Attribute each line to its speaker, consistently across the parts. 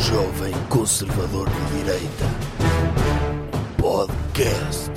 Speaker 1: jovem conservador de direita. Um podcast.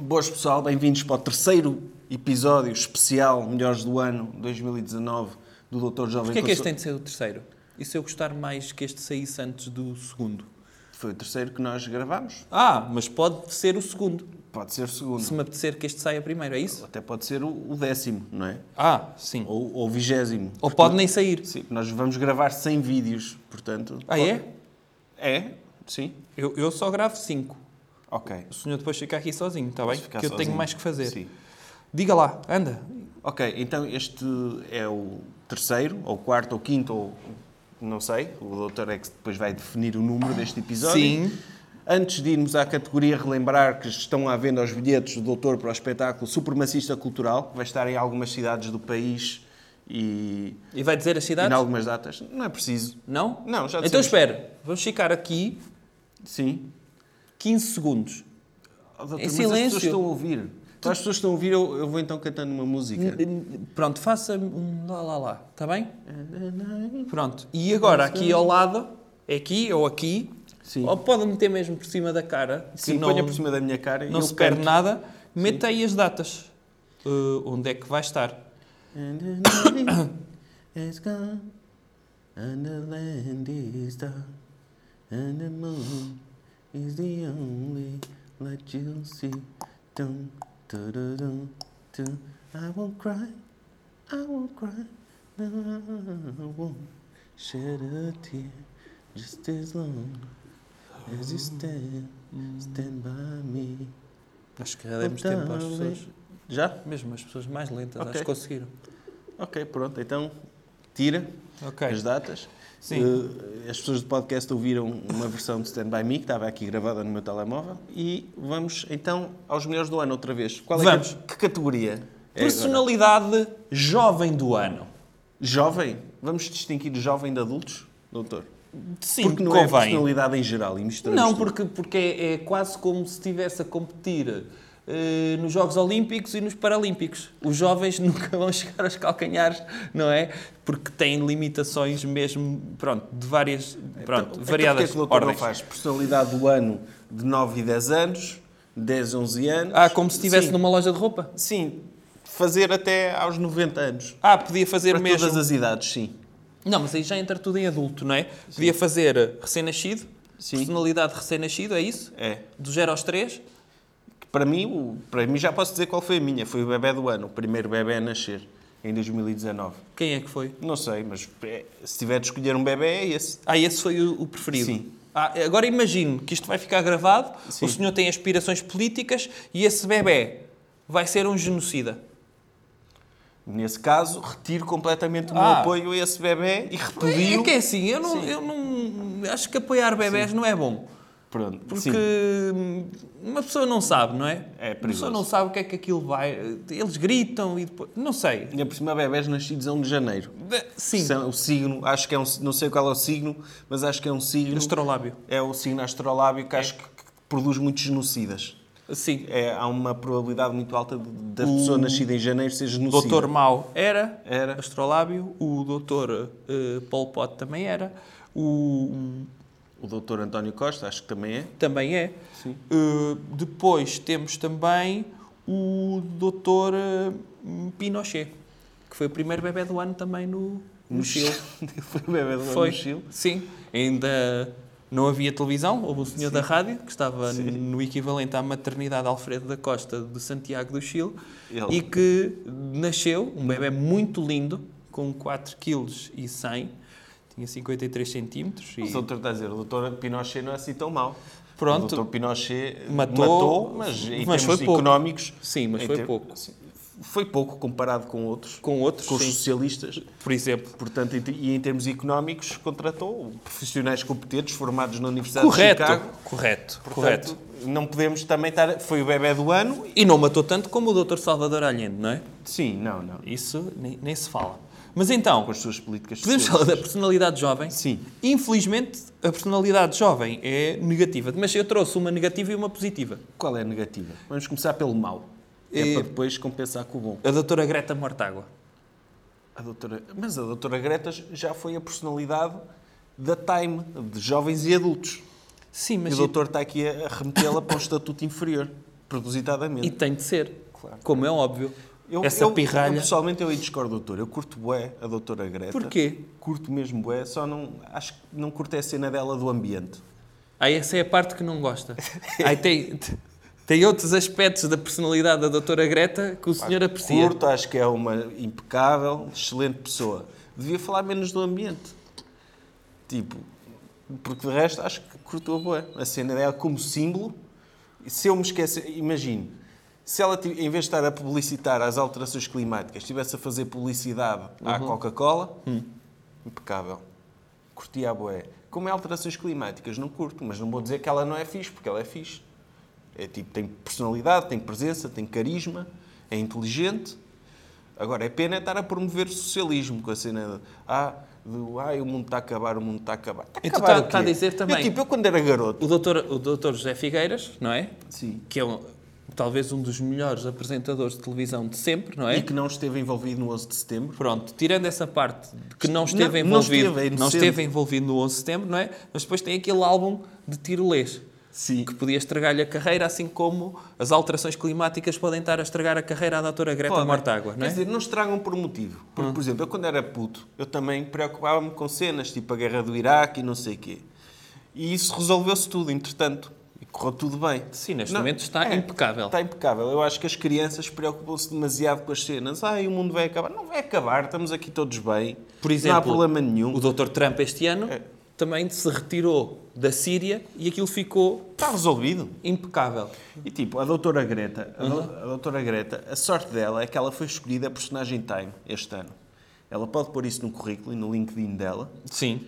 Speaker 2: Boas pessoal, bem-vindos para o terceiro episódio especial Melhores do Ano 2019 do Doutor Jovem
Speaker 3: Porquê é que este
Speaker 2: Consul-
Speaker 3: tem de ser o terceiro? E se eu gostar mais que este saísse antes do segundo?
Speaker 2: Foi o terceiro que nós gravámos.
Speaker 3: Ah, mas pode ser o segundo,
Speaker 2: Pode ser o segundo.
Speaker 3: se me apetecer que este saia primeiro, é isso?
Speaker 2: Até pode ser o o décimo, não é?
Speaker 3: Ah, sim. Ou,
Speaker 2: Ou ou o vigésimo. Porque-
Speaker 3: pode nem sair.
Speaker 2: Sim, nós vamos gravar 100 vídeos, portanto...
Speaker 3: Ah, é?
Speaker 2: É? Sim.
Speaker 3: Eu, eu só gravo cinco.
Speaker 2: Ok.
Speaker 3: O senhor depois fica aqui sozinho, está bem?
Speaker 2: Posso
Speaker 3: Tá Que
Speaker 2: ficar
Speaker 3: eu
Speaker 2: sozinho?
Speaker 3: tenho mais que fazer.
Speaker 2: Sim.
Speaker 3: Diga lá, anda.
Speaker 2: Ok, então este é o terceiro, ou quarto, ou quinto, ou não sei. O doutor é que depois vai definir o número deste episódio.
Speaker 3: Sim.
Speaker 2: Antes de irmos à categoria, relembrar que estão à venda os bilhetes do doutor para o espetáculo Supremacista Cultural, que vai estar em algumas cidades do país e
Speaker 3: E vai dizer as
Speaker 2: em
Speaker 3: cidades?
Speaker 2: algumas datas. Não é preciso.
Speaker 3: Não?
Speaker 2: Não, já
Speaker 3: Então
Speaker 2: dissemos.
Speaker 3: espera, vamos ficar aqui
Speaker 2: Sim.
Speaker 3: 15 segundos.
Speaker 2: Oh, doutor,
Speaker 3: Em
Speaker 2: mas as
Speaker 3: silêncio.
Speaker 2: pessoas estão a ouvir. Então, as pessoas estão a ouvir, eu, eu vou então cantando uma música.
Speaker 3: Pronto, faça um lá lá lá, está bem? Pronto, e agora aqui ao lado, é aqui ou aqui,
Speaker 2: Sim.
Speaker 3: ou pode meter mesmo por cima da cara, que
Speaker 2: Sim,
Speaker 3: não,
Speaker 2: ponha por cima da minha cara e
Speaker 3: não
Speaker 2: eu
Speaker 3: se perde
Speaker 2: canto.
Speaker 3: nada, meta aí as datas, Uh, onde é que vai estar.
Speaker 2: And It's gone, and the land is dark, and the moon is the only light you'll see. Dum, dum, dum, dum, dum. I won't cry, I won't cry, no, I won't shed a tear just as long as you stand, stand by me.
Speaker 3: Acho que já demos tempo às pessoas,
Speaker 2: Já?
Speaker 3: mesmo as pessoas mais lentas,
Speaker 2: Então, Ok.
Speaker 3: acho que conseguiram.
Speaker 2: Ok, pronto, então tira.
Speaker 3: Ok,
Speaker 2: as datas.
Speaker 3: Sim.
Speaker 2: Eh, as pessoas do podcast ouviram uma versão de Stand By Me que estava aqui gravada no meu telemóvel. E vamos então aos melhores do ano outra vez. Qual é que-
Speaker 3: Vamos.
Speaker 2: Que, categoria? é agora?
Speaker 3: personalidade jovem do ano.
Speaker 2: Jovem? Vamos distinguir de jovem de adultos, doutor?
Speaker 3: Sim,
Speaker 2: porque não é personalidade em geral e misturamos
Speaker 3: Não,
Speaker 2: tudo.
Speaker 3: porque, porque é, é quase como se estivesse a competir eh, nos Jogos Olímpicos e nos Paralímpicos. Os jovens nunca vão chegar aos calcanhares, não é? Porque têm limitações mesmo, pronto, de várias, pronto,
Speaker 2: Então, então, porquê
Speaker 3: variadas
Speaker 2: é que o doutor
Speaker 3: ordens.
Speaker 2: não faz personalidade do ano de 9 e 10 anos, 10, 11 anos?
Speaker 3: Ah, como se estivesse
Speaker 2: Sim.
Speaker 3: numa loja de roupa?
Speaker 2: Sim, fazer até aos 90 anos.
Speaker 3: Ah, podia fazer
Speaker 2: Para
Speaker 3: mesmo...
Speaker 2: todas as idades, sim.
Speaker 3: Não, mas aí já entra tudo em adulto, não é? Podia fazer eh, recém-nascido,
Speaker 2: Sim.
Speaker 3: personalidade de recém-nascido, é isso?
Speaker 2: É.
Speaker 3: Do 0 aos 3?
Speaker 2: Para mim, o- para mim já posso dizer qual foi a minha. Foi o bebê do ano, o primeiro bebê a nascer, em 2019.
Speaker 3: Quem é que foi?
Speaker 2: Não sei, mas é, se tiver de escolher um bebê é esse.
Speaker 3: Ah, esse foi o, o preferido?
Speaker 2: Sim.
Speaker 3: Ah, agora imagino que isto vai ficar gravado,
Speaker 2: Sim.
Speaker 3: o senhor tem aspirações políticas e esse bebê vai ser um genocida.
Speaker 2: Nesse caso, retiro completamente o meu
Speaker 3: Ah.
Speaker 2: apoio a esse bebê e
Speaker 3: É
Speaker 2: repudio.
Speaker 3: que é assim, eu não, eu não- Acho que apoiar bebés não é bom.
Speaker 2: Pronto,
Speaker 3: Porque
Speaker 2: sim.
Speaker 3: hum, uma pessoa não sabe, não é?
Speaker 2: É
Speaker 3: Uma
Speaker 2: perigoso.
Speaker 3: pessoa não sabe o que é que aquilo vai. Eles gritam e depois. Não sei.
Speaker 2: Ainda por cima, bebés nascidos a 1 de janeiro.
Speaker 3: De- Sim,
Speaker 2: São, o signo, acho que é um. Não sei qual é o signo, mas acho que é um signo.
Speaker 3: astrolábio.
Speaker 2: É o signo astrolábio
Speaker 3: É.
Speaker 2: que acho que que produz muitos genocidas.
Speaker 3: Sim.
Speaker 2: É, há uma probabilidade muito alta de- da pessoa nascida em janeiro ser genocida.
Speaker 3: Doutor Mau era,
Speaker 2: Era.
Speaker 3: astrolábio. O doutor eh, Pol Pot também era. O um,
Speaker 2: O doutor António Costa, acho que também é.
Speaker 3: também é. Uh, depois temos também o Dr. uh, Pinochet, que foi o primeiro bebê do ano também no, no Chile.
Speaker 2: Foi o bebê do ano
Speaker 3: Foi.
Speaker 2: no Chile.
Speaker 3: Sim. Ainda não havia televisão, houve um senhor da rádio que estava no equivalente à maternidade Alfredo da Costa de Santiago do Chile
Speaker 2: Ele.
Speaker 3: e que nasceu um bebê muito lindo, com 4 kg e 100 tinha 53 centímetros
Speaker 2: O
Speaker 3: e
Speaker 2: doutor está a dizer, o doutor Pinochet não é assim tão mal.
Speaker 3: Pronto.
Speaker 2: O doutor Pinochet matou,
Speaker 3: Matou,
Speaker 2: mas em
Speaker 3: mas
Speaker 2: termos
Speaker 3: foi pouco.
Speaker 2: económicos...
Speaker 3: Sim, mas
Speaker 2: em
Speaker 3: foi
Speaker 2: ter-
Speaker 3: pouco.
Speaker 2: sim, Foi pouco comparado com outros, com,
Speaker 3: com outros,
Speaker 2: os
Speaker 3: sim,
Speaker 2: socialistas.
Speaker 3: por exemplo.
Speaker 2: Portanto, e te- e em termos económicos, contratou profissionais competentes formados na Universidade de Chicago.
Speaker 3: correto,
Speaker 2: Portanto,
Speaker 3: correto.
Speaker 2: Não podemos também estar... Foi o bebê do ano.
Speaker 3: E não matou tanto como o Dr. Salvador Allende, não é?
Speaker 2: Sim, não, não.
Speaker 3: Isso nem, nem se fala. Mas então,
Speaker 2: Com as suas políticas
Speaker 3: podemos falar
Speaker 2: socialistas.
Speaker 3: da personalidade jovem?
Speaker 2: Sim.
Speaker 3: Infelizmente, a personalidade jovem é negativa. Mas eu trouxe uma negativa e uma positiva.
Speaker 2: Qual é a negativa? Vamos começar pelo mal.
Speaker 1: É
Speaker 3: E-
Speaker 1: para depois compensar com o bom.
Speaker 3: A doutora Greta Mortágua.
Speaker 2: A doutora, mas a doutora Greta já foi a personalidade da Time, de jovens e adultos.
Speaker 3: Sim,
Speaker 2: E
Speaker 3: mas
Speaker 2: o doutor está aqui a a remetê-la para um estatuto inferior,
Speaker 3: e
Speaker 2: propositadamente.
Speaker 3: tem de ser,
Speaker 2: Claro.
Speaker 3: como é óbvio. Essa
Speaker 2: Eu,
Speaker 3: pirralha.
Speaker 2: pessoalmente eu aí discordo, doutor. Eu curto bué a doutora Greta.
Speaker 3: Porquê?
Speaker 2: Curto mesmo bué, só não, acho que não curto é a cena dela do ambiente.
Speaker 3: Ah, essa é a parte que não gosta. Aí tem, tem outros aspectos da personalidade da doutora Greta que o senhor aprecia.
Speaker 2: Curto, acho que é uma impecável, excelente pessoa. Devia falar menos do ambiente. Tipo, porque de resto acho que curto a boa. A cena dela como símbolo. E Se eu me esquecer, imagino, se ela ti- em vez de estar a publicitar as alterações climáticas, estivesse a fazer publicidade à Coca-Cola, impecável. Curti a boé. Como é alterações climáticas, não curto, mas não vou dizer que ela não é fixe, porque ela é fixe. É tipo, tem personalidade, tem presença, tem carisma, é inteligente. Agora, é pena é estar a promover o socialismo com a cena de, ah, do, ai, o mundo está a acabar, o mundo está a acabar. Está a
Speaker 3: E tu
Speaker 2: acabar
Speaker 3: tá-
Speaker 2: o quê?
Speaker 3: tá a dizer também-
Speaker 2: Eu, tipo, eu quando era garoto...
Speaker 3: O doutor, o doutor José Figueiras, não é?
Speaker 2: Sim.
Speaker 3: Que é um- talvez um dos melhores apresentadores de televisão de sempre, não é?
Speaker 2: E que não esteve envolvido no 11 de setembro.
Speaker 3: Pronto, tirando essa parte de que não esteve
Speaker 2: Não- não
Speaker 3: envolvido, não
Speaker 2: esteve, é
Speaker 3: esteve,
Speaker 2: inocente.
Speaker 3: envolvido no 11 de setembro, não é? Mas depois tem aquele álbum de tirolês.
Speaker 2: Sim.
Speaker 3: Que podia estragar-lhe a carreira, assim como as alterações climáticas podem estar a estragar a carreira à doutora Greta
Speaker 2: Podem.
Speaker 3: Mortágua, não
Speaker 2: Quer
Speaker 3: é? Ah.
Speaker 2: dizer, não estragam por um motivo. Porque, por exemplo, eu quando era puto, eu também preocupava-me com cenas, tipo a guerra do Iraque e não sei o quê. E isso resolveu-se tudo, entretanto. E correu tudo bem. é,
Speaker 3: Sim, neste momento está impecável.
Speaker 2: Está impecável. Eu acho que as crianças preocupam-se demasiado com as cenas. Ai, o mundo vai acabar. Não vai acabar, estamos aqui todos bem.
Speaker 3: Por
Speaker 2: não
Speaker 3: exemplo,
Speaker 2: há problema nenhum.
Speaker 3: o Dr. Trump este ano
Speaker 2: É.
Speaker 3: também se retirou da Síria e aquilo ficou
Speaker 2: Está resolvido.
Speaker 3: impecável.
Speaker 2: E tipo, a doutora Greta,
Speaker 3: Uhum.
Speaker 2: a, dou- a doutora Greta, a sorte dela é que ela foi escolhida personagem Time este ano. Ela pode pôr isso no currículo e no LinkedIn dela.
Speaker 3: Sim.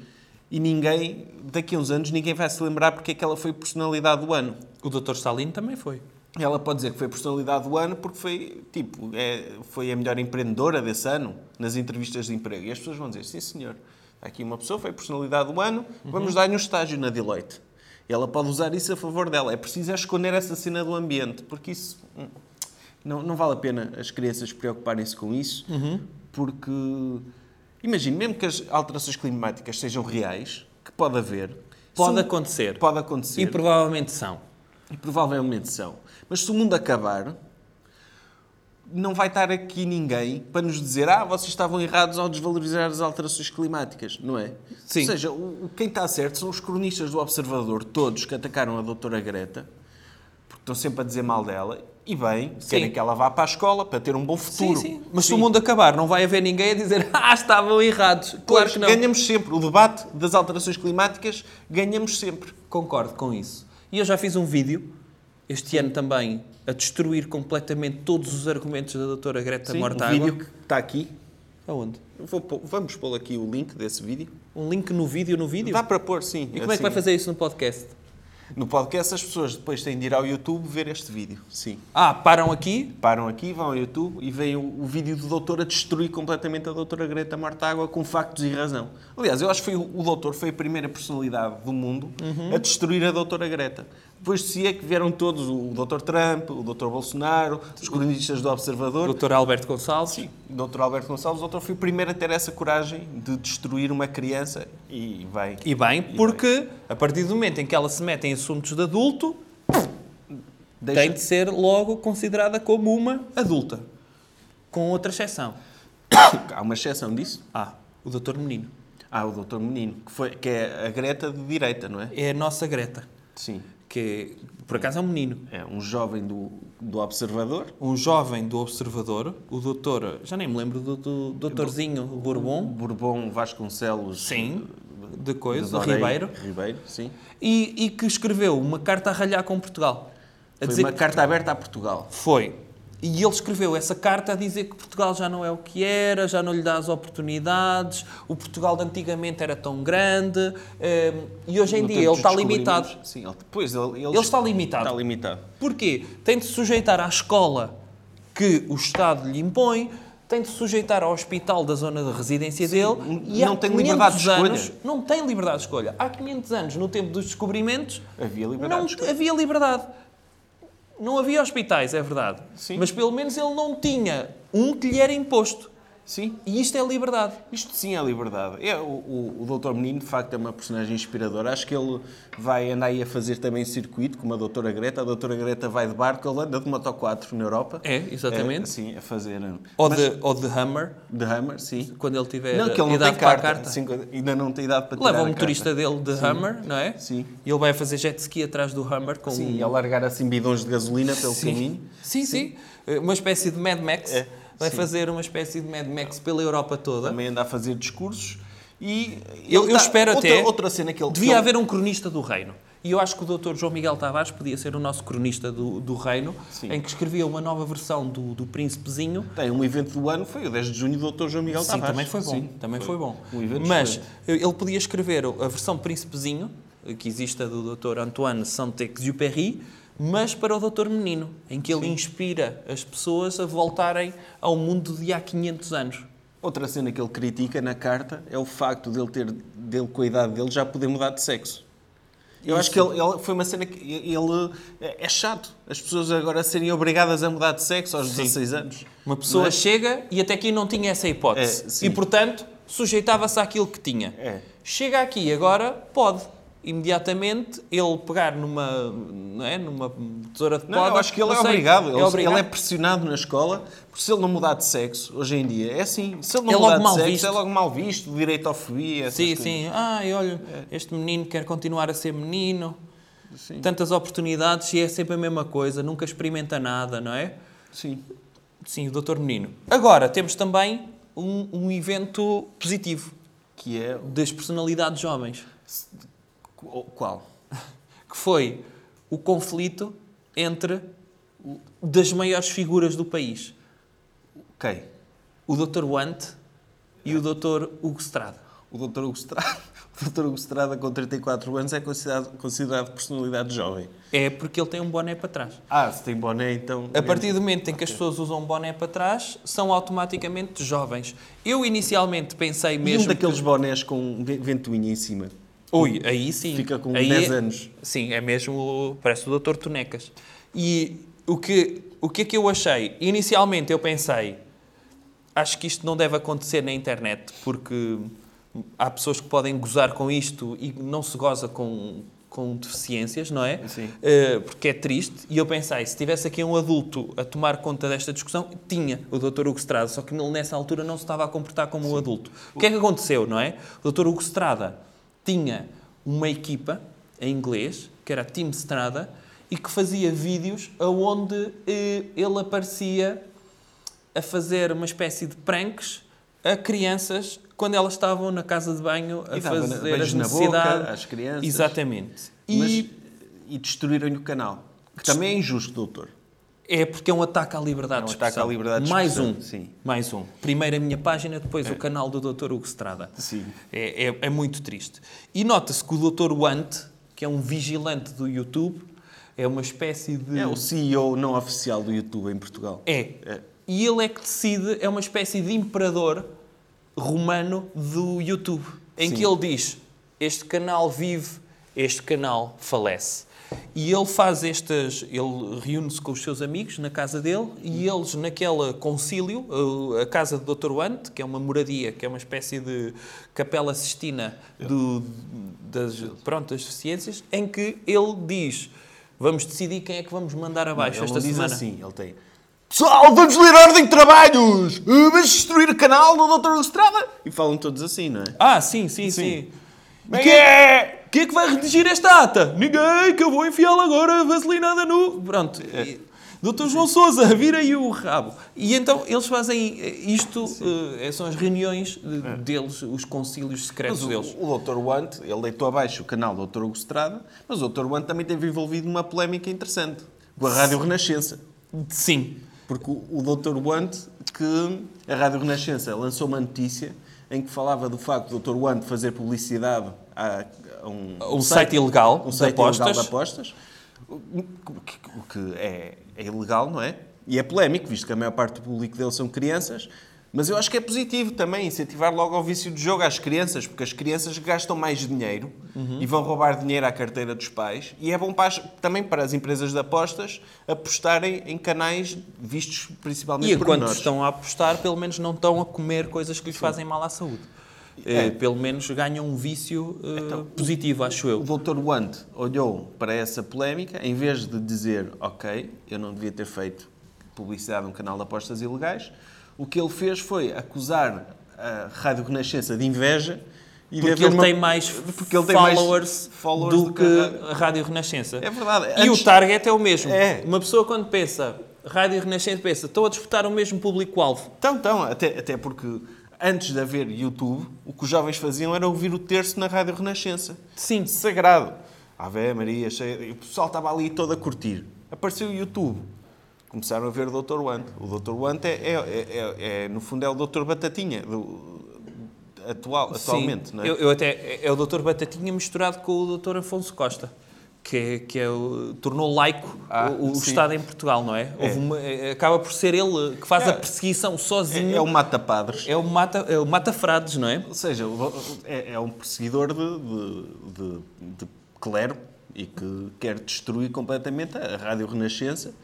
Speaker 2: E ninguém, daqui a uns anos, ninguém vai se lembrar porque é que ela foi personalidade do ano.
Speaker 3: O Dr. Stalin também foi.
Speaker 2: Ela pode dizer que foi personalidade do ano porque foi, tipo, é- foi a melhor empreendedora desse ano nas entrevistas de emprego. E as pessoas vão dizer, sim senhor, há aqui uma pessoa, foi personalidade do ano, vamos
Speaker 3: Uhum.
Speaker 2: dar-lhe um estágio na Deloitte. E ela pode usar isso a favor dela. É preciso é esconder essa cena do ambiente, porque isso... hum, Não, não vale a pena as crianças preocuparem-se com isso,
Speaker 3: Uhum.
Speaker 2: porque... Imagino, mesmo que as alterações climáticas sejam reais, que pode haver...
Speaker 3: Pode
Speaker 2: se- um
Speaker 3: acontecer.
Speaker 2: Pode acontecer.
Speaker 3: E provavelmente são.
Speaker 2: E provavelmente são. Mas se o mundo acabar, não vai estar aqui ninguém para nos dizer ah, vocês estavam errados ao desvalorizar as alterações climáticas, não é?
Speaker 3: Sim.
Speaker 2: Ou seja, o, o- quem está certo são os cronistas do Observador, todos que atacaram a doutora Greta, porque estão sempre a dizer mal dela, e bem, querem que ela vá para a escola para ter um bom futuro.
Speaker 3: Sim, sim. Mas se o mundo acabar, não vai haver ninguém a dizer ah, estavam errados. Claro
Speaker 2: Pois,
Speaker 3: que não.
Speaker 2: Ganhamos sempre. O debate das alterações climáticas, ganhamos sempre.
Speaker 3: Concordo com isso. E eu já fiz um vídeo, este ano também, a destruir completamente todos os argumentos da doutora Greta
Speaker 2: um
Speaker 3: Mortágua.
Speaker 2: vídeo que está aqui.
Speaker 3: Aonde?
Speaker 2: Vou pôr- vamos pô-lo aqui o link desse vídeo.
Speaker 3: Um link no vídeo, no vídeo?
Speaker 2: Dá para pôr, sim. assim,
Speaker 3: E como é que vai fazer isso no podcast?
Speaker 2: No podcast as pessoas depois têm de ir ao YouTube ver este vídeo. Sim.
Speaker 3: Ah, param aqui?
Speaker 2: Param aqui, vão ao YouTube e veem o, o vídeo do doutor a destruir completamente a doutora Greta Martágua com factos e razão. Aliás, eu acho que foi o, o doutor foi a primeira personalidade do mundo
Speaker 3: Uhum.
Speaker 2: a destruir a doutora Greta. Depois de si é que vieram todos, o, o doutor Trump, o doutor Bolsonaro, os cronistas do Observador.
Speaker 3: Doutor Alberto Gonçalves? Sim.
Speaker 2: O doutor Alberto Gonçalves, o doutor foi o primeiro a ter essa coragem de destruir uma criança e vai...
Speaker 3: E bem, porque a partir do momento em que ela se mete em assuntos de adulto,
Speaker 2: deixa-
Speaker 3: tem de ser logo considerada como uma adulta. Com outra exceção.
Speaker 2: Há uma exceção disso?
Speaker 3: Ah, o doutor Menino.
Speaker 2: Ah, o doutor Menino, que, foi, que é a Greta de direita, não é?
Speaker 3: É a nossa Greta,
Speaker 2: Sim.
Speaker 3: que por acaso é um menino.
Speaker 2: É um jovem do, do Observador.
Speaker 3: um jovem do Observador, o doutor, já nem me lembro do, do doutorzinho Bourbon,
Speaker 2: Bourbon Vasconcelos.
Speaker 3: sim, de
Speaker 2: de
Speaker 3: coisa,
Speaker 2: Dorei-
Speaker 3: Ribeiro,
Speaker 2: Ribeiro, sim.
Speaker 3: e, e que escreveu uma carta a ralhar com Portugal. A
Speaker 2: Foi
Speaker 3: dizer
Speaker 2: uma
Speaker 3: que-
Speaker 2: carta aberta a Portugal.
Speaker 3: Foi. E ele escreveu essa carta a dizer que Portugal já não é o que era, já não lhe dá as oportunidades, o Portugal de antigamente era tão grande, hum, e hoje em
Speaker 2: No
Speaker 3: dia
Speaker 2: tempo
Speaker 3: ele
Speaker 2: dos
Speaker 3: está limitado.
Speaker 2: descobrimentos. Sim, ele, pois, ele,
Speaker 3: Ele está limitado.
Speaker 2: Está limitado.
Speaker 3: Porquê? Tem de se sujeitar à escola que o Estado lhe impõe, tem de se sujeitar ao hospital da zona de residência dele e
Speaker 2: não
Speaker 3: há
Speaker 2: tem liberdade
Speaker 3: 500
Speaker 2: de escolha.
Speaker 3: anos, Não tem liberdade de escolha. Há 500 anos, no tempo dos descobrimentos,
Speaker 2: Havia liberdade
Speaker 3: não
Speaker 2: de escolha.
Speaker 3: havia liberdade. Não havia hospitais, é verdade.
Speaker 2: Sim.
Speaker 3: Mas pelo menos ele não tinha um que lhe era imposto.
Speaker 2: Sim,
Speaker 3: E isto é liberdade.
Speaker 2: Isto sim é liberdade. É, o, o, o Dr. Menino, de facto, é uma personagem inspiradora. Acho que ele vai andar aí a fazer também circuito, como a Doutora Greta. A Doutora Greta vai de barco, ele anda de moto 4 na Europa.
Speaker 3: É, exatamente.
Speaker 2: É, sim, a fazer.
Speaker 3: Ou,
Speaker 2: Mas-
Speaker 3: de, ou de Hammer,
Speaker 2: de Hammer, sim.
Speaker 3: quando ele tiver
Speaker 2: não, que ele não
Speaker 3: idade
Speaker 2: tem
Speaker 3: para a
Speaker 2: carta.
Speaker 3: carta.
Speaker 2: 50 ainda não tem idade para tirar
Speaker 3: Leva o
Speaker 2: a
Speaker 3: motorista
Speaker 2: carta.
Speaker 3: dele de Hammer, não é?
Speaker 2: Sim.
Speaker 3: E ele vai fazer jet ski atrás do Hammer com
Speaker 2: Sim,
Speaker 3: um-
Speaker 2: e a largar assim bidões de gasolina pelo caminho.
Speaker 3: Sim, sim. Eh, Uma espécie de Mad Max.
Speaker 2: É,
Speaker 3: Vai
Speaker 2: sim.
Speaker 3: fazer uma espécie de Mad Max pela Europa toda.
Speaker 2: Também anda a fazer discursos. E
Speaker 3: Eu-
Speaker 2: ele
Speaker 3: eu
Speaker 2: tá-
Speaker 3: espero
Speaker 2: outra,
Speaker 3: até-
Speaker 2: Outra cena que ele. que
Speaker 3: Devia
Speaker 2: ele-
Speaker 3: haver um cronista do reino. E eu acho que o Dr. João Miguel Tavares podia ser o nosso cronista do, do reino,
Speaker 2: Sim.
Speaker 3: em que escrevia uma nova versão do, do Príncipezinho.
Speaker 2: Tem um evento do ano, foi o 10 de junho do Dr. João Miguel
Speaker 3: Sim,
Speaker 2: Tavares.
Speaker 3: também foi bom.
Speaker 2: Sim,
Speaker 3: também foi, bom.
Speaker 2: um evento
Speaker 3: Mas
Speaker 2: excelente.
Speaker 3: ele podia escrever a versão Príncipezinho, eh, que existe a do Dr. Antoine Saint-Exupéry, mas para o Dr. Menino, em que ele inspira as pessoas a voltarem ao mundo de há 500 anos.
Speaker 2: Outra cena que ele critica na carta é o facto dele ter, dele com a idade dele, já poder mudar de sexo. Eu acho que ele, ele- foi uma cena que ele é é chato. As pessoas agora serem obrigadas a mudar de sexo aos 16 anos.
Speaker 3: Uma pessoa
Speaker 2: Não é?
Speaker 3: chega e até aqui não tinha essa hipótese.
Speaker 2: É, sim.
Speaker 3: e, portanto, sujeitava-se àquilo que tinha.
Speaker 2: É.
Speaker 3: Chega aqui agora, pode. Imediatamente ele pegar numa, não é, numa tesoura de poda.
Speaker 2: Não, eu acho que ele
Speaker 3: não
Speaker 2: é
Speaker 3: sei,
Speaker 2: obrigado. Ele-
Speaker 3: obrigado.
Speaker 2: Ele é pressionado na escola, porque se ele não mudar de sexo, hoje em dia, é assim. Se ele não
Speaker 3: É logo
Speaker 2: mudar de
Speaker 3: mal
Speaker 2: sexo,
Speaker 3: visto.
Speaker 2: é logo mal visto, direitofobia, essas
Speaker 3: Sim,
Speaker 2: coisas.
Speaker 3: sim. Ai, olha, este menino quer continuar a ser menino. Tantas oportunidades e é sempre a mesma coisa, nunca experimenta nada, não é?
Speaker 2: Sim.
Speaker 3: Sim, o doutor menino. Agora, temos também um, um evento positivo
Speaker 2: Que é...
Speaker 3: das personalidades jovens,
Speaker 2: o- Qual?
Speaker 3: que foi o conflito entre o- das maiores figuras do país,
Speaker 2: Quem?
Speaker 3: o doutor Want e o doutor Hugo Strada.
Speaker 2: O Dr. Hugo Estrada, o Dr. Hugo Estrada com 34 anos é considerado, considerado personalidade jovem.
Speaker 3: É porque ele tem um boné para trás.
Speaker 2: Ah, se tem boné, então...
Speaker 3: A partir do momento em que as pessoas usam um boné para trás, são automaticamente jovens. Eu inicialmente pensei
Speaker 2: E um
Speaker 3: mesmo.
Speaker 2: daqueles bonés com ve- ventoinha em cima.
Speaker 3: que- Ui, aí sim.
Speaker 2: Fica com
Speaker 3: aí
Speaker 2: 10
Speaker 3: é-
Speaker 2: anos.
Speaker 3: Sim, é mesmo. o- Parece o Dr. Tonecas. E o que, o que é que eu achei? Inicialmente eu pensei. Acho que isto não deve acontecer na internet, porque há pessoas que podem gozar com isto e não se goza com, com deficiências, não é?
Speaker 2: Sim.
Speaker 3: Eh, porque é triste. E eu pensei, se tivesse aqui um adulto a tomar conta desta discussão, tinha o Dr. Hugo Strada, só que ele nessa altura não se estava a comportar como um adulto. O que é que aconteceu, não é? O Dr. Hugo Strada tinha uma equipa em inglês, que era a Team Strada, e que fazia vídeos onde ele aparecia a fazer uma espécie de pranks a crianças quando elas estavam na casa de banho a
Speaker 2: E dava na-
Speaker 3: fazer
Speaker 2: beijos
Speaker 3: as
Speaker 2: na boca
Speaker 3: necessidades.
Speaker 2: às crianças.
Speaker 3: Exatamente. E
Speaker 2: Mas- e destruíram-lhe o canal. Que também é injusto, doutor.
Speaker 3: é porque é um ataque à liberdade
Speaker 2: É um
Speaker 3: de expressão.
Speaker 2: ataque à liberdade de
Speaker 3: Mais
Speaker 2: expressão,
Speaker 3: um.
Speaker 2: sim. É.
Speaker 3: Mais um. Primeiro a minha página, depois o canal do Dr. Hugo Estrada.
Speaker 2: Sim.
Speaker 3: É, é- é muito triste. E nota-se que o Dr. Want, que é um vigilante do YouTube, é uma espécie de...
Speaker 2: É o CEO não oficial do YouTube em Portugal.
Speaker 3: É.
Speaker 2: É.
Speaker 3: E ele é que decide, é uma espécie de imperador romano do YouTube, em
Speaker 2: Sim.
Speaker 3: que ele diz: este canal vive, este canal falece. E ele faz estas, ele reúne-se com os seus amigos na casa dele e eles naquela concílio, uh, a casa do Dr. Ant, que é uma moradia, que é uma espécie de capela sistina do, das, pronto, das deficiências, em que ele diz, vamos decidir quem é que vamos mandar abaixo
Speaker 2: Ele
Speaker 3: esta
Speaker 2: não diz
Speaker 3: semana.
Speaker 2: assim, ele tem... Pessoal, vamos ler a ordem de trabalhos! Ah, Vamos destruir o canal do Dr. Hugo Estrada! E falam todos assim, não é?
Speaker 3: Ah, sim, sim, sim.
Speaker 2: Bem,
Speaker 3: Quem
Speaker 2: é-
Speaker 3: Quem é que vai redigir esta ata? Ninguém, que eu vou enfiá-la agora vaselinada no... Pronto. E- Doutor João Sousa, vira aí o rabo. E então eles fazem eh, isto, eh, são as reuniões eh, deles, os concílios secretos
Speaker 2: É. Mas o,
Speaker 3: deles.
Speaker 2: o Dr. Want, ele deitou abaixo o canal do Dr. Hugo Estrada, mas o Dr. Want também teve envolvido numa polémica interessante com a Rádio Renascença.
Speaker 3: Sim.
Speaker 2: Porque o, o Dr. Want, que a Rádio Renascença lançou uma notícia em que falava do facto do Dr. Want fazer publicidade a, a um,
Speaker 3: Um site ilegal
Speaker 2: um
Speaker 3: de
Speaker 2: site ilegal de
Speaker 3: apostas.
Speaker 2: apostas, o que, o que é, é ilegal, não é? E é polémico, visto que a maior parte do público dele são crianças. Mas eu acho que é positivo também incentivar logo ao vício de jogo às crianças, porque as crianças gastam mais dinheiro
Speaker 3: Uhum.
Speaker 2: e vão roubar dinheiro à carteira dos pais. E é bom para as- também para as empresas de apostas apostarem em canais vistos principalmente
Speaker 3: E
Speaker 2: por
Speaker 3: enquanto
Speaker 2: menores.
Speaker 3: estão a apostar, pelo menos não estão a comer coisas que lhes fazem mal à saúde. Eh, pelo menos ganham um vício eh, positivo, acho eu.
Speaker 2: É. Então, O Dr. Wand olhou para essa polémica, em vez de dizer, ok, eu não devia ter feito publicidade a um canal de apostas ilegais, o que ele fez foi acusar a Rádio Renascença de inveja e de
Speaker 3: Porque
Speaker 2: haver
Speaker 3: ele
Speaker 2: uma-
Speaker 3: tem mais
Speaker 2: porque ele tem mais
Speaker 3: followers,
Speaker 2: followers
Speaker 3: do que
Speaker 2: a-
Speaker 3: a Rádio Renascença.
Speaker 2: É verdade.
Speaker 3: E
Speaker 2: Antes-
Speaker 3: o target é o mesmo.
Speaker 2: É.
Speaker 3: Uma pessoa quando pensa, Rádio Renascença pensa, estou a disputar o mesmo público-alvo.
Speaker 2: Então, então, até, até porque antes de haver YouTube, o que os jovens faziam era ouvir o terço na Rádio Renascença.
Speaker 3: Sim.
Speaker 2: Sagrado. Ave Maria, cheia... e o pessoal estava ali todo a curtir. Apareceu o YouTube. Começaram a ver o Dr. Want. O Dr. Want é, é, é- é- é, no fundo, é o Dr. Batatinha, do- atual, atualmente,
Speaker 3: Sim.
Speaker 2: não é?
Speaker 3: Eu, eu até, é o Dr. Batatinha misturado com o Dr. Afonso Costa, que, é- que é o- tornou laico
Speaker 2: Ah,
Speaker 3: o, o
Speaker 2: sim.
Speaker 3: Estado em Portugal, não é? Houve uma- é- acaba por ser ele que faz
Speaker 2: É.
Speaker 3: a perseguição
Speaker 2: É,
Speaker 3: sozinho.
Speaker 2: é o Mata Padres.
Speaker 3: mata, é o mata frades, não é?
Speaker 2: Ou seja, o- é, é um perseguidor de, de- de- de clero e que quer destruir completamente a Rádio Renascença.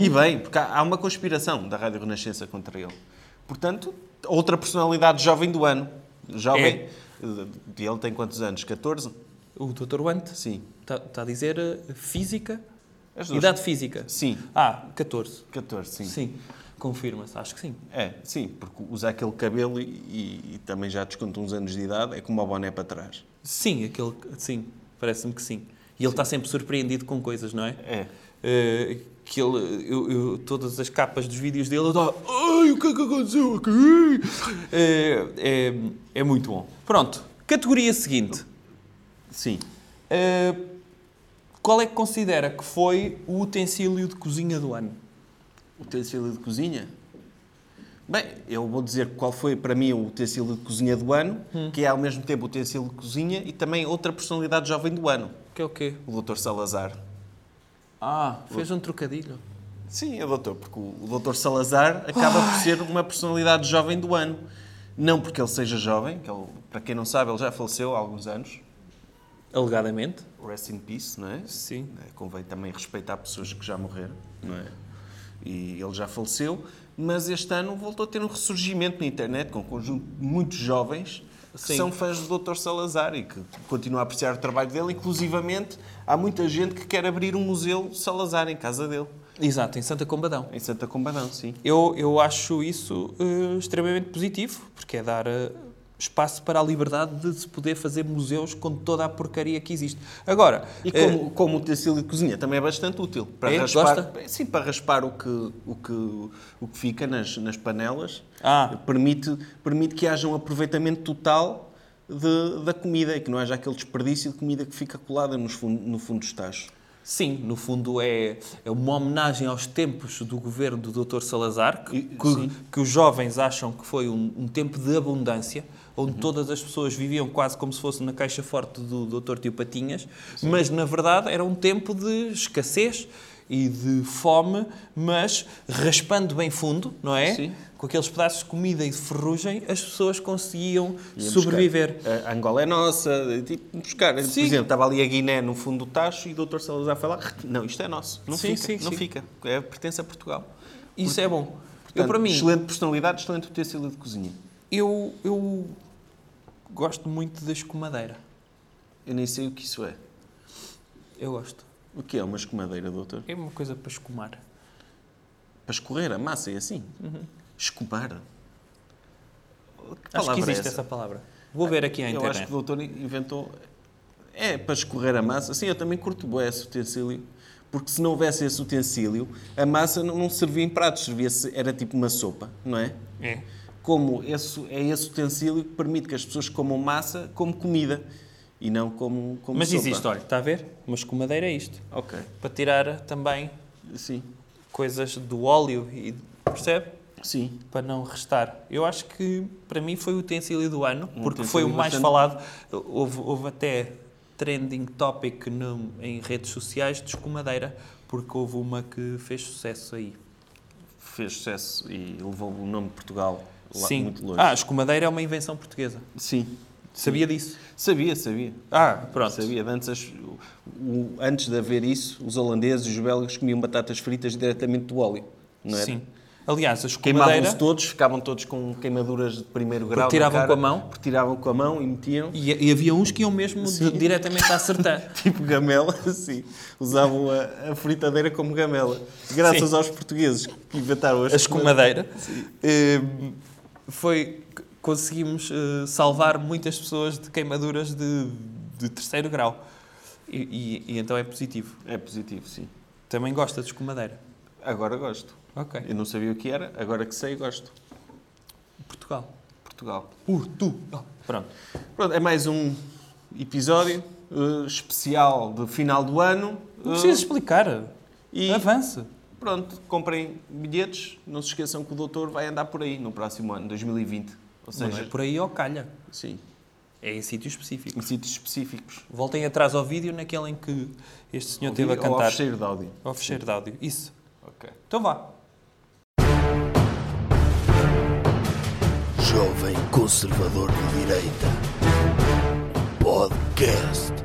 Speaker 2: E bem, porque há, há uma conspiração da Rádio Renascença contra ele. Portanto, outra personalidade jovem do ano. Jovem. Eh, Ele tem quantos anos? 14?
Speaker 3: O Dr. Wante
Speaker 2: Sim.
Speaker 3: está a dizer eh, física,
Speaker 2: As duas.
Speaker 3: idade física.
Speaker 2: Sim.
Speaker 3: Ah, 14.
Speaker 2: 14, sim.
Speaker 3: Sim, confirma-se, acho que sim.
Speaker 2: É, sim, porque usa aquele cabelo e, e- e também já desconta uns anos de idade, é como o boné para trás.
Speaker 3: Sim, aquele, sim, parece-me que sim. E ele está sempre surpreendido com coisas, não é?
Speaker 2: É.
Speaker 3: Eh, que ele, eu, eu- todas as capas dos vídeos dele, eu estava, ai, o que é que aconteceu aqui? Eh, é, é muito bom. Pronto, categoria seguinte.
Speaker 2: Sim.
Speaker 3: Eh, qual é que considera que foi o utensílio de cozinha do ano?
Speaker 2: Utensílio de cozinha? Bem, eu vou dizer qual foi para mim o utensílio de cozinha do ano, que é ao mesmo tempo utensílio de cozinha e também outra personalidade jovem do ano,
Speaker 3: Que é o quê?
Speaker 2: o Dr. Salazar.
Speaker 3: Ah, fez um trocadilho.
Speaker 2: Sim, é doutor, porque o o Dr. Salazar acaba por ser uma personalidade jovem do ano. Não porque ele seja jovem, que ele, para quem não sabe, ele já faleceu há alguns anos.
Speaker 3: Alegadamente.
Speaker 2: Rest in peace, não é?
Speaker 3: Sim.
Speaker 2: Eh, Convém também respeitar pessoas que já morreram, não é? E ele já faleceu, mas este ano voltou a ter um ressurgimento na internet com um conjunto de muitos jovens que
Speaker 3: Sim.
Speaker 2: são fãs do Dr. Salazar e que continuam a apreciar o trabalho dele. Inclusivamente, há muita gente que quer abrir um museu Salazar em casa dele,
Speaker 3: Exato, em Santa Combadão.
Speaker 2: em Santa Combadão, sim.
Speaker 3: Eu, eu acho isso eh, extremamente positivo, porque é dar eh, espaço para a liberdade de se poder fazer museus com toda a porcaria que existe. Agora,
Speaker 2: E
Speaker 3: eh,
Speaker 2: como, como utensílio de cozinha também é bastante útil para
Speaker 3: É?
Speaker 2: raspar,
Speaker 3: Gosta?
Speaker 2: sim, para raspar o que o que o que fica nas, nas panelas.
Speaker 3: Ah.
Speaker 2: Permite permite que haja um aproveitamento total de- da comida e que não haja aquele desperdício de comida que fica colada nos fun- no fundo dos tachos.
Speaker 3: sim, no fundo é, é uma homenagem aos tempos do governo do Dr. Salazar, que,
Speaker 2: E-
Speaker 3: que, que os jovens acham que foi um, um tempo de abundância,
Speaker 2: Uhum.
Speaker 3: onde todas as pessoas viviam quase como se fosse na caixa forte do Dr. Tio Patinhas, mas na verdade era um tempo de escassez e de fome, mas raspando bem fundo, não é?
Speaker 2: Sim.
Speaker 3: Com aqueles pedaços de comida e de ferrugem, as pessoas conseguiam
Speaker 2: Ia
Speaker 3: sobreviver.
Speaker 2: buscar. A a Angola é nossa, tipo, buscar. Por
Speaker 3: Sim.
Speaker 2: exemplo, estava ali a Guiné no fundo do tacho e o Dr. Salazar foi lá, não, isto é nosso, não
Speaker 3: Sim,
Speaker 2: fica,
Speaker 3: sim,
Speaker 2: não
Speaker 3: sim.
Speaker 2: fica, é, pertence a Portugal.
Speaker 3: Isso é bom. eu,
Speaker 2: Portanto,
Speaker 3: para mim,
Speaker 2: Excelente personalidade, excelente utensílio de cozinha.
Speaker 3: eu, eu gosto muito da escumadeira.
Speaker 2: Eu nem sei o que isso é.
Speaker 3: Eu gosto.
Speaker 2: O que é uma escumadeira, doutor?
Speaker 3: É uma coisa para escumar.
Speaker 2: Para escorrer a massa, é assim? Escumar? Que
Speaker 3: Uhum. Acho
Speaker 2: palavra
Speaker 3: que
Speaker 2: é
Speaker 3: existe essa palavra. Vou ver aqui à
Speaker 2: Eu acho
Speaker 3: internet.
Speaker 2: que o doutor inventou... É, para escorrer a massa. Sim, eu também curto bué esse utensílio. Porque se não houvesse esse utensílio, a massa não, não servia em pratos, servia era tipo uma sopa, não é?
Speaker 3: É.
Speaker 2: Como esse, é esse utensílio que permite que as pessoas comam massa como comida e não como, como
Speaker 3: Mas
Speaker 2: sopa.
Speaker 3: existe, olha, está a ver? Uma escumadeira é isto.
Speaker 2: Ok,
Speaker 3: Para tirar também
Speaker 2: sim,
Speaker 3: coisas do óleo e. percebe?
Speaker 2: sim.
Speaker 3: Para não restar. Eu acho que para mim foi o utensílio do ano, porque foi
Speaker 2: Um utensílio
Speaker 3: o mais
Speaker 2: bastante-
Speaker 3: falado. Houve, houve até trending topic no- em redes sociais de escumadeira, porque houve uma que fez sucesso aí.
Speaker 2: fez sucesso e levou o nome de Portugal lá-
Speaker 3: Sim.
Speaker 2: muito longe.
Speaker 3: Ah, a escumadeira é uma invenção portuguesa.
Speaker 2: Sim.
Speaker 3: Sabia disso?
Speaker 2: Sabia, sabia.
Speaker 3: Ah, pronto.
Speaker 2: Sabia, de antes, as- o- o- antes de haver isso, os holandeses e os belgas comiam batatas fritas diretamente do óleo. Não é? um era?
Speaker 3: Sim. Aliás, a escumadeira...
Speaker 2: Queimavam-se todos, ficavam todos com queimaduras de primeiro grau. na
Speaker 3: tiravam
Speaker 2: cara,
Speaker 3: com a mão?
Speaker 2: Porque tiravam com a mão e metiam.
Speaker 3: E, e havia uns que iam mesmo de- diretamente à sertã.
Speaker 2: Tipo gamela, assim. Usavam a, a fritadeira como gamela. Graças aos portugueses que inventaram as
Speaker 3: a escumadeira, eh, foi c- conseguimos eh, salvar muitas pessoas de queimaduras de, de terceiro grau. E, e- e então é positivo.
Speaker 2: É positivo, sim.
Speaker 3: Também gosta de escumadeira.
Speaker 2: Agora gosto.
Speaker 3: Ok.
Speaker 2: Eu não sabia o que era, agora que sei, gosto.
Speaker 3: Portugal.
Speaker 2: Portugal.
Speaker 3: Portugal. Pronto.
Speaker 2: Pronto, é mais um episódio eh, especial de final do ano.
Speaker 3: Não
Speaker 2: Eh,
Speaker 3: precisas explicar.
Speaker 2: e
Speaker 3: Ah, Avance.
Speaker 2: pronto, comprem bilhetes. Não se esqueçam que o doutor vai andar por aí no próximo ano, 2020. Ou
Speaker 3: Não é
Speaker 2: seja,
Speaker 3: por aí ou calha.
Speaker 2: sim,
Speaker 3: É em sítios específicos.
Speaker 2: em sítios específicos.
Speaker 3: Voltem atrás ao vídeo naquele em que este senhor
Speaker 2: Ao
Speaker 3: teve a
Speaker 2: vi- ao
Speaker 3: cantar.
Speaker 2: cheiro de áudio.
Speaker 3: Ao fecheiro de áudio. Isso.
Speaker 2: Ok.
Speaker 3: Então vá.
Speaker 4: Jovem Conservador de Direita. Podcast.